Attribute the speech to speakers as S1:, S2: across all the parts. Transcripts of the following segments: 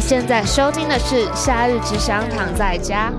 S1: 现在收听的是《夏日只想躺在家》。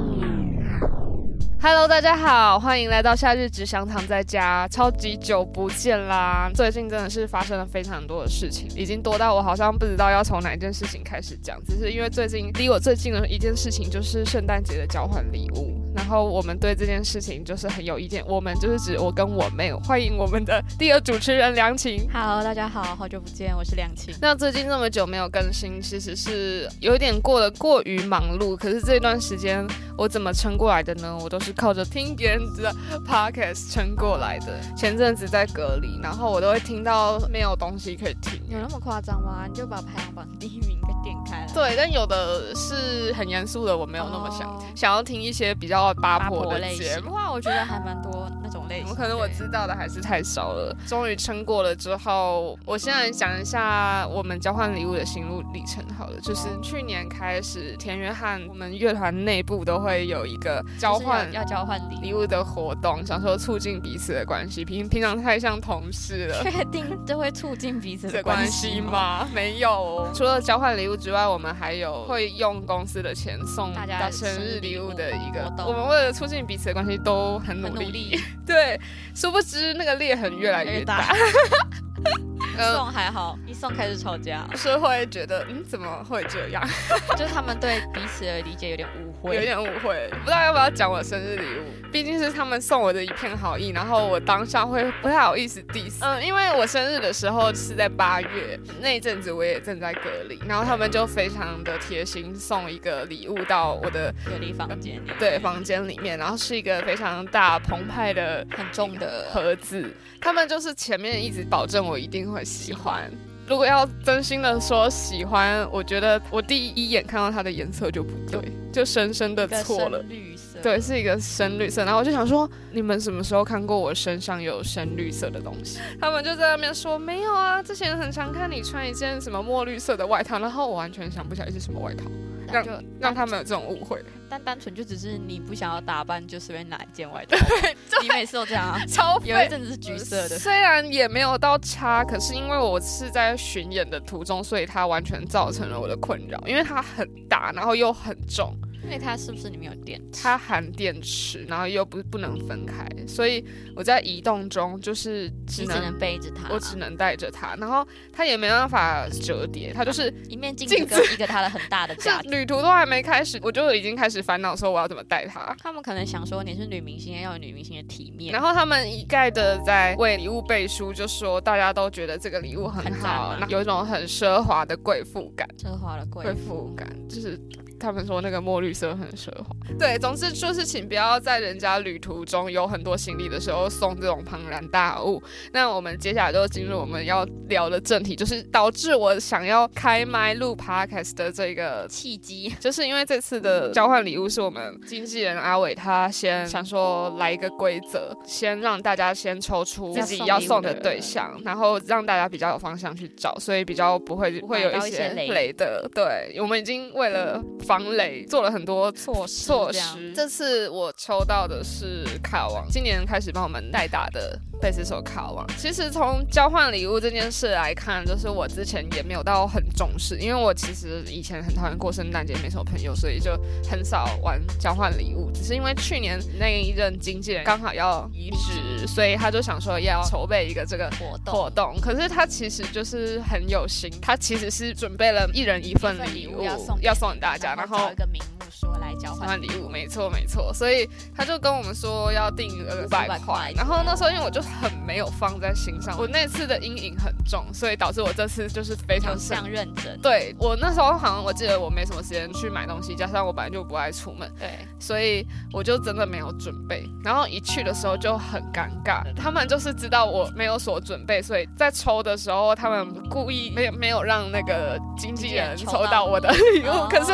S1: Hello，大家好，欢迎来到《夏日只想躺在家》，超级久不见啦！最近真的是发生了非常多的事情，已经多到我好像不知道要从哪一件事情开始讲。只是因为最近离我最近的一件事情就是圣诞节的交换礼物，然后我们对这件事情就是很有意见。我们就是指我跟我妹，欢迎我们的第二主持人梁晴。
S2: Hello，大家好，好久不见，我是梁晴。
S1: 那最近这么久没有更新，其实是有一点过得过于忙碌。可是这段时间我怎么撑过来的呢？我都是靠着听别人的 podcast 撑过来的。前阵子在隔离，然后我都会听到没有东西可以听。
S2: 有那么夸张吗？你就把排行榜第一名给点开了。
S1: 对，但有的是很严肃的，我没有那么想
S2: 哦
S1: 想要听一些比较八
S2: 八
S1: 婆
S2: 婆
S1: 的
S2: 类
S1: 节
S2: 型
S1: 目。
S2: 的话，我觉得还蛮多那种类型的。
S1: 可能我知道的还是太少了。终于撑过了之后，我现在讲一下我们交换礼物的心路历程好了。就是去年开始，田约翰我们乐团内部都会有一个交
S2: 就是要
S1: 换
S2: 要交换礼
S1: 礼
S2: 物，
S1: 物的活动，想说促进彼此的关系。平平常太像同事了。
S2: 确定这会促进彼此
S1: 的
S2: 的
S1: 关系
S2: 系吗？
S1: 吗？没有哦。除了交换礼物之外，我们还有会用公司的钱送
S2: 大家
S1: 到
S2: 的
S1: 生日礼物的一个
S2: 生日礼物活。动
S1: 我们为了促进彼此的关系都很努
S2: 很努
S1: 力。
S2: 力，
S1: 对，殊不知那个裂痕越来越大。。呃，
S2: 送还好，一送开始吵架，
S1: 是会觉得，嗯，怎么会这样？
S2: 就是他们对彼此的理解有点误
S1: 有
S2: 会。
S1: 点误会，不知道要不要讲我生日礼物。毕竟是他们送我的一片好意，然后我当下会不太好意思 diss。嗯，因为我生日的时候是在八月那一阵子，我也正在隔离，然后他们就非常的贴心送一个礼物到我的
S2: 隔离房间里，
S1: 对，房间里面，然后是一个非常大澎湃的
S2: 很重的
S1: 盒子，他们就是前面一直保证我一定会喜欢。如果要真心的说喜欢，我觉得我第一眼看到它的颜色就不对，就深深的
S2: 一个
S1: 错了
S2: 深。绿色，，
S1: 对，是一个深绿色，然后我就想说，你们什么时候看过我身上有深绿色的东西？ 他们就在那边说没有啊，之前很常看你穿一件什么墨绿色的外套，然后我完全想不起来是什么外套，
S2: 那就
S1: 让他们有这种误会，
S2: 但单纯就只是你不想要打扮，就随便拿一件外 套。你每次都这样啊？
S1: 超
S2: 有
S1: 废
S2: 一阵子是橘色的，
S1: 呃虽然也没有到差，可是因为我是在巡演的途中，所以它完全造成了我的困扰，因为它很大，然后又很重，
S2: 因为它是不是里面有电池？
S1: 它含电池，然后又不不能分开，所以我在移动中就是只
S2: 你只
S1: 能。
S2: 能背着它，
S1: 我只能带着它，然后它也没办法折叠，它就是
S2: 一面镜
S1: 镜
S2: 子
S1: 子
S2: 跟一个它的很啊 大的
S1: 这
S2: 架子。
S1: 旅途都还没开始，我就已经开始烦恼说我要怎么带它。
S2: 他们可能想说你是女明星，要有女明星的体面，
S1: 然后他们一概的在为礼物背书，就说大家都觉得这个礼物很
S2: 很赞
S1: 好
S2: 嘛，
S1: 那有一种很奢华的贵妇感。
S2: 奢华的贵
S1: 贵妇感，就是他们说那个墨绿色很奢华。对，总之就是请不要在人家旅途中有很多行李的时候送这种庞然大物。那我们接下来就进入我们要聊的正题，就是导致我想要开麦录 podcast 的这个。
S2: 契机，
S1: 就是因为这次的交换礼物是我们经纪人阿伟他先想说来一个规则，先让大家先抽出自己要送的对象，然后让大家比较有方向去找，所以比较不会不会有
S2: 嗯买到一
S1: 些
S2: 些雷
S1: 雷的。对，我们已经为了防雷做了很多。
S2: 措施
S1: 措
S2: 这样
S1: 施。这次我抽到的是卡王，今年开始帮我们代打的贝斯手卡王。其实从交换礼物这件事来看，就是我之前也没有到很重视，因为我其实以前很讨厌过圣诞节，没什么朋友，所以就很少玩交换礼物。只是因为去年那一任经纪人刚好要离职，所以他就想说要筹备一个这个
S2: 活动
S1: 活动，可是他其实就是很有心，他其实是准备了一人一份礼物
S2: 要送
S1: 要送给大家，然
S2: 然
S1: 后
S2: 找一个名目说来交
S1: 交
S2: 换
S1: 换礼物，没错没错，所以他就跟我们说要定额五百
S2: 500
S1: 块
S2: 块，
S1: 然后那时候因为我就很没有放在心上，我那次的阴影很重，所以导致我这次就是非常
S2: 有
S1: 生
S2: 像认真，
S1: 对我那时候好像我记得我没什么时间去买东西，加上我本来就不爱出门，
S2: 对，
S1: 所以我就真的没有准备。然后一去的时候就很尴尬，他们就是知道我没有所准备，所以在抽的时候他们故意没有没有让那个经纪人
S2: 经纪人
S1: 抽
S2: 抽
S1: 到
S2: 到
S1: 我的礼物。
S2: 哦
S1: 可是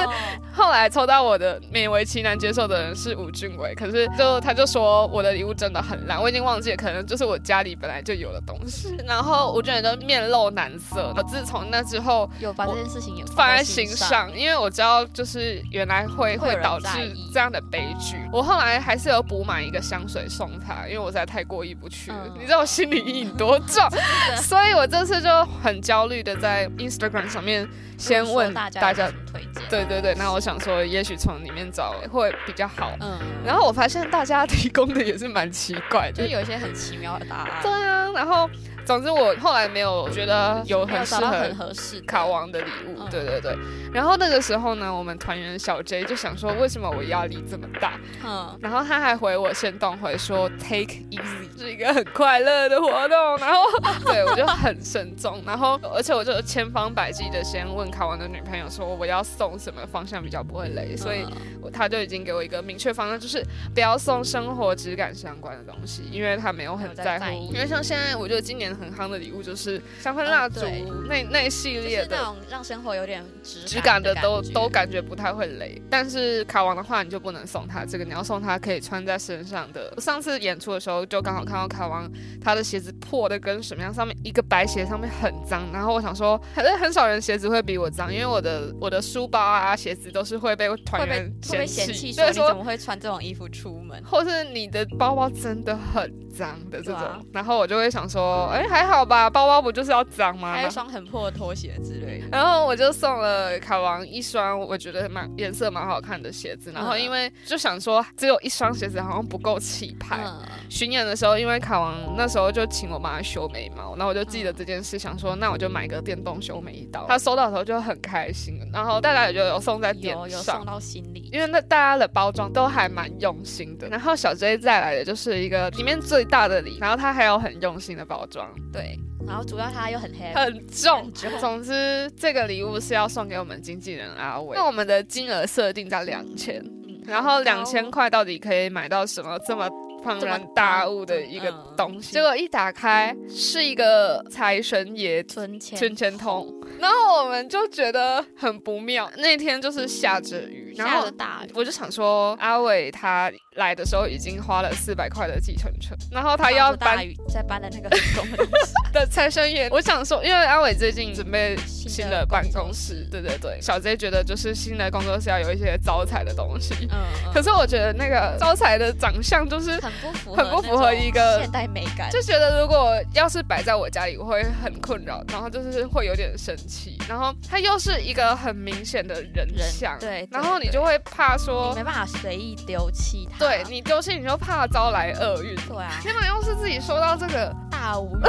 S1: 后来抽到我的，没我为其难接受的人是吴俊伟，可是就他就说我的礼物真的很烂，我已经忘记了，可能就是我家里本来就有的东西。然后吴俊伟就面露难色。我自从那之后，
S2: 有把这件事情也
S1: 放在
S2: 心
S1: 心上，因为我知道就是原来会会
S2: 会有人
S1: 导致
S2: 在意
S1: 这样的悲剧。我后来还是有补买一个香水送他，因为我实在太过意不去了。
S2: 嗯，
S1: 你知道我心理阴影多重
S2: 的
S1: 所以我这次就很焦虑的在 Instagram 上面先
S2: 如果
S1: 问
S2: 说大家
S1: 大
S2: 有
S1: 家
S2: 什么推荐，
S1: 对对对，那我想说，也许从里面找会比较好。
S2: 嗯，
S1: 然后我发现大家提供的也是蛮奇怪
S2: 就
S1: 的，
S2: 有一些很奇妙的答案，
S1: 对啊。然后，总之我后来没有觉得有
S2: 没有
S1: 很适
S2: 找到
S1: 合
S2: 很合适的
S1: 卡王的礼物，
S2: 嗯
S1: 对对对。然后那个时候呢，我们团员小 J 就想说，为什么我压力这么大？
S2: 嗯，
S1: 然后他还回我先动回说 take easy 是一个很快乐的活动，然后 对我就很慎重，然后而且我就千方百计的先问考完的女朋友说我要送什么方向比较不会
S2: 嗯
S1: 累，所以我他就已经给我一个明确方向，就是不要送生活质感相关的东西，因为他没有很在乎
S2: 没有在在意。
S1: 因为像现在，我觉得今年很夯的礼物就是香氛蜡烛、
S2: 哦对
S1: 那那一系
S2: 就
S1: 列
S2: 是那
S1: 的。
S2: 种让生活有点质
S1: 质感的
S2: 的
S1: 都
S2: 觉
S1: 都感觉不太会雷，但是卡王的话你就不能送他这个，你要送他可以穿在身上的。上次演出的时候就刚好看到卡王他的鞋子破的跟什么样，上面一个白鞋上面很脏，然后我想说，反正很少人鞋子会比我脏，因为我的我的书包啊鞋子都是会被
S2: 会
S1: 团
S2: 被
S1: 员
S2: 会被嫌
S1: 嫌
S2: 弃
S1: 所
S2: 说
S1: 以
S2: 你
S1: 说
S2: 怎么会穿这种衣服出门？
S1: 或是你的包包真的很脏的这
S2: 对
S1: 种，
S2: 啊
S1: 然后我就会想说，哎、还好吧，包包不就是要脏吗
S2: 还？有一双很破的拖鞋之类 的，
S1: 然后我就送了卡王一双我觉得蛮颜色蛮好看的鞋子，然后
S2: 嗯
S1: 因为就想说只有一双鞋子好像不够气派。
S2: 嗯，
S1: 巡演的时候，因为卡王那时候就请我帮他修眉毛，然后我就记得这件事，想说那我就买个电动修眉刀。他收到的时候就很开心，然后大家也就有送在点
S2: 有有
S1: 上
S2: 送。到心里，
S1: 因为那大家的包装都还蛮用心的。然后小 J 再来的就是一个里面最大的礼，然后它还有很用心的包装，
S2: 对，然后主要他又很 happy，
S1: 很重
S2: 很。重
S1: 总之，这个礼物是要送给我们经纪人阿伟。那我们的金额设定在两千，
S2: 嗯
S1: 然后
S2: 很高
S1: 两千块到底可以买到什么这么庞然大物的一个东西？
S2: 嗯
S1: 结果一打开是一个财神爷
S2: 存钱，
S1: 圈圈筒，然后我们就觉得很不妙。那天就是下着雨，然
S2: 下
S1: 后
S2: 了大雨，
S1: 我就想说，阿伟他来的时候已经花了四百块的计程车，然后他要
S2: 然后大
S1: 搬
S2: 雨在搬的那个很重的东西
S1: 的财神爷。我想说，因为阿伟最近准备新
S2: 新
S1: 的
S2: 的
S1: 办
S2: 作
S1: 公室，对对对，小 J 觉得就是新的工作室要有一些招财的东西，
S2: 嗯，嗯
S1: 可是我觉得那个招财的长相就是。
S2: 很不符合，
S1: 很不符合一个
S2: 现代美感，
S1: 就觉得如果要是摆在我家里，我会很困扰，然后就是会有点生气，然后他又是一个很明显的人
S2: 人
S1: 像，
S2: 对对
S1: 然后你
S2: 对
S1: 就会怕说
S2: 你没，办法随意丢弃它，
S1: 对你丢弃你就怕招来厄运，
S2: 对啊，
S1: 天哪，要是自己收到这个，啊
S2: 大无语，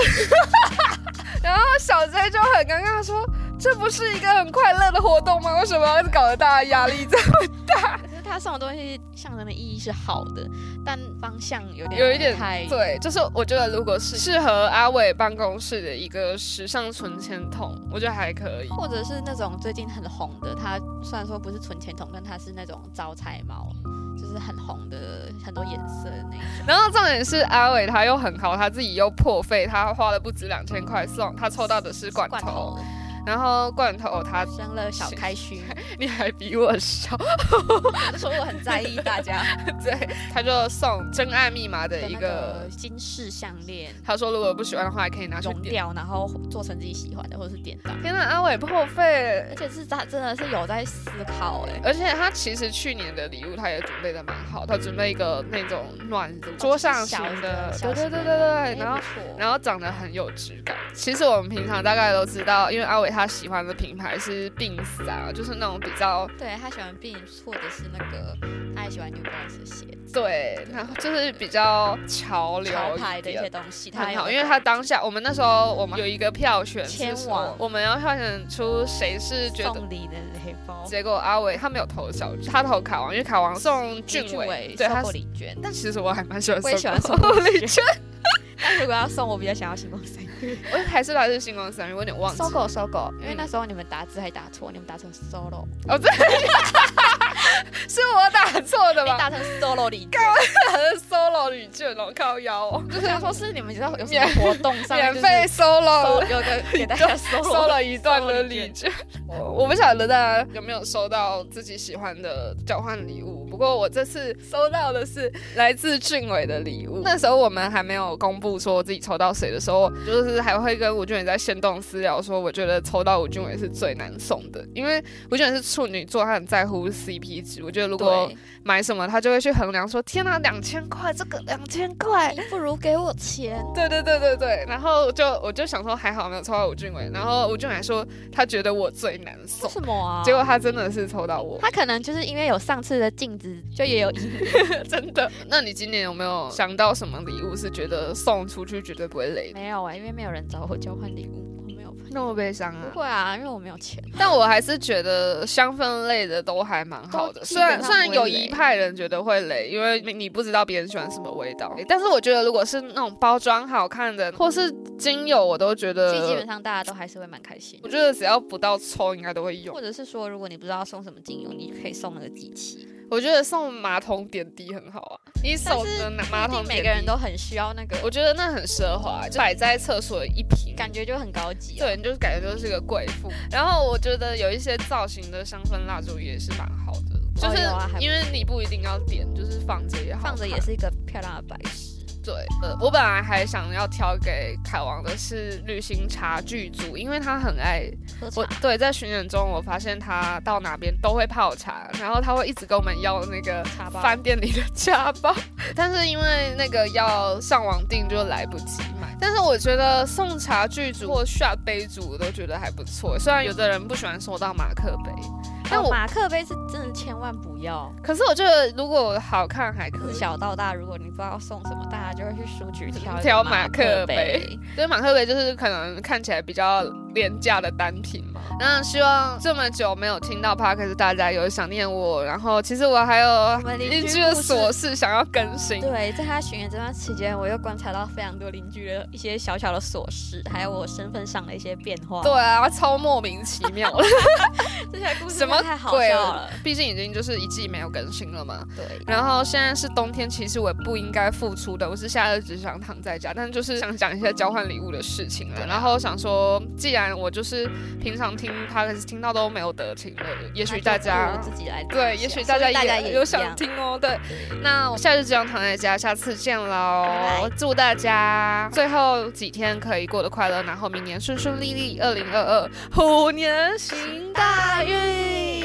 S1: 小 J 就很尴尬说：“这不是一个很快乐的活动吗？为什么要搞得大家压力这样？
S2: 可是他送的东西象征的意义是好的，但方向有点
S1: 有一点
S2: 太
S1: 对，就是我觉得如果是适合阿伟办公室的一个时尚存钱筒，我觉得还可以。
S2: 或者是那种最近很红的，它虽然说不是存钱筒，但它是那种招财猫，就是很红的，很多颜色的那一种。
S1: 然后重点是阿伟他又很好，他自己又破费，他花了不止两千块送，他抽到的是罐头，
S2: 罐头的，
S1: 然后罐头他
S2: 生了小开 心，
S1: 你还比我少，
S2: 我就说我很在意大家
S1: 对，他就送真爱密码的
S2: 的
S1: 一
S2: 那
S1: 个
S2: 个。金饰项链。
S1: 他说：“如果不喜欢的话，可以拿去
S2: 融
S1: 点。
S2: 掉，然后做成自己喜欢的，或者是典当”。
S1: 天哪，阿伟破费
S2: 而，且是他真的是有在思考哎、
S1: 而且他其实去年的礼物他也准备的蛮好，他准备一个那种暖桌上型的，
S2: 小
S1: 对对对
S2: 的小型
S1: 对
S2: 的
S1: 对，
S2: 哎
S1: 然后
S2: 不。错
S1: 然后长得很有质感。其实我们平常大概都知道，因为阿伟他喜欢的品牌是 Beams 啊，就是那种比较
S2: 对他喜欢 Beams 或者是那个他也喜欢 New Balance 的鞋子，
S1: 对，然后就是比较潮流
S2: 潮
S1: 一
S2: 牌的一
S1: 点
S2: 些东西，他
S1: 很好，
S2: 有
S1: 因为他当下我们那时候我们有一个票选是
S2: 签
S1: 说
S2: 网
S1: 我们要票选出谁是觉得。
S2: 送礼的黑包，
S1: 结果阿伟他没有投小，他投卡王，因为卡王送俊
S2: 李
S1: 伟，对
S2: 收
S1: 他
S2: 过礼券，
S1: 但其实我还蛮喜欢
S2: 我
S1: 送
S2: 也喜欢送
S1: 过
S2: 过
S1: 礼
S2: 礼
S1: 券，
S2: 但如果要送，我比较想要星光三月。
S1: 我还是来自星光三月，我有点忘记。
S2: 搜狗搜狗，因为
S1: 嗯
S2: 那时候你们打字还打错，你们打成 solo，
S1: 哦，对，是我打错的吧？
S2: 打成 solo 礼券，
S1: 还啊是 solo 旅券哦，靠腰哦，
S2: 就想说是你们知道有什么活动上面
S1: 免
S2: 就是
S1: 费 solo
S2: 收有个给大家 solo
S1: 收了一哦段的礼
S2: 礼
S1: 券。 我不晓得大家有没有收到自己喜欢的交换礼物，不过我这次 收到的是来自俊伟的礼物。那时候我们还没有公布说自己抽到谁的时候，就是还会跟吴俊伟在线动私聊说，我觉得抽到吴俊伟是最难送的，因为吴俊伟是处女座，他很在乎 CP 值。我觉得如果
S2: 对，
S1: 买什么，他就会去衡量说，天哪、两千块，这个两千块，
S2: 哎你不如给我钱，
S1: 对对对对对，然后就我就想说还好没有抽到吴俊伟，然后吴俊伟说他觉得我最难
S2: 为
S1: 送，
S2: 什么啊？
S1: 结果他真的是抽到我，
S2: 他可能就是因为有上次的镜子，就也有赢。
S1: 真的。那你今年有没有想到什么礼物是觉得送出去绝对不会累的？
S2: 没有啊，因为没有人找我交换礼物，我没有朋友。
S1: 那么悲伤
S2: 不
S1: 啊！
S2: 会啊，因为我没有钱。
S1: 但我还是觉得香氛类的都还蛮好的，
S2: 都基
S1: 虽
S2: 本
S1: 然
S2: 上
S1: 虽然
S2: 不会
S1: 有
S2: 雷
S1: 一派人觉得会雷，因为你不知道别人喜欢什么味道，但是我觉得如果是那种包装好看的，或是精油，我都觉
S2: 所以基本
S1: 得，
S2: 上大家都还是会蛮开心
S1: 我。觉得只要不到抽，应该都会用。
S2: 或者是说，如果你不知道送什么精油，你可以送那个机器。
S1: 我觉得送马桶点滴很好啊，你手的拿马
S2: 一
S1: 桶
S2: 定
S1: 点滴
S2: 每个人都，很需要那个，
S1: 我觉得那很奢华，就摆在厕所一瓶，
S2: 感觉嗯就很高级、啊。
S1: 对，你就是感觉就是个贵妇。然后我觉得有一些造型的香氛蜡烛也是蛮好的，就
S2: 哦
S1: 是
S2: 有啊还不错
S1: 因为你不一定要点，就是放着也好看，
S2: 放着也是一个漂亮的摆饰。
S1: 对，呃，我本来还想要挑给凯王的是旅行茶具组，因为他很爱
S2: 喝
S1: 我
S2: 茶，
S1: 对，在巡演中，我发现他到哪边都会泡茶，然后他会一直跟我们要那个
S2: 茶包
S1: 饭店里的茶包， 但是因为那个要上网订就来不及买。但是我觉得送茶具组或下杯组我都觉得还不错，虽然有的人不喜欢收到马克杯，但
S2: 但
S1: 我、
S2: 马克杯是真的千万不要。
S1: 可是我觉得如果好看还可
S2: 自
S1: 以。
S2: 小到大，如果你不知道送什么，大家就会去书局挑一个
S1: 挑马
S2: 马
S1: 克
S2: 克
S1: 杯
S2: 杯。
S1: 对，马克杯就是可能看起来比较廉价的单品嘛。
S2: 嗯
S1: 那希望这么久没有听到 p o d c a s 大家有想念我，然后其实我还有
S2: 我们邻
S1: 邻居
S2: 居
S1: 的
S2: 故事
S1: 琐事想要更新。
S2: 对，在他巡演这段期间，我又观察到非常多邻居的一些小小的琐事，还有我身份上的一些变化。
S1: 对，啊，超莫名其妙了，
S2: 这些故事
S1: 什么
S2: 真的太好
S1: 鬼
S2: 笑
S1: 啊
S2: 了。
S1: 毕竟已经就是一季没有更新了嘛。
S2: 对，
S1: 然后现在是冬天，其实我也不应该付出的，我是夏日只想躺在家，但就是想讲一下交换礼物的事情
S2: 啊
S1: 了。然后想说，既然我就是平常听 p o d c a s 听到都没有得听了，也
S2: 那
S1: 许
S2: 就
S1: 大
S2: 不
S1: 家
S2: 如自己来做
S1: 对，
S2: 一
S1: 也
S2: 下
S1: 许
S2: 说
S1: 大
S2: 不
S1: 家
S2: 定大家
S1: 也
S2: 也
S1: 有
S2: 一
S1: 想
S2: 样
S1: 听哦。对，那我下次就样躺在家，下次见喽
S2: 拜！
S1: 祝大家最后几天可以过得快乐，然后明年顺顺利利，二零二二虎年行大运。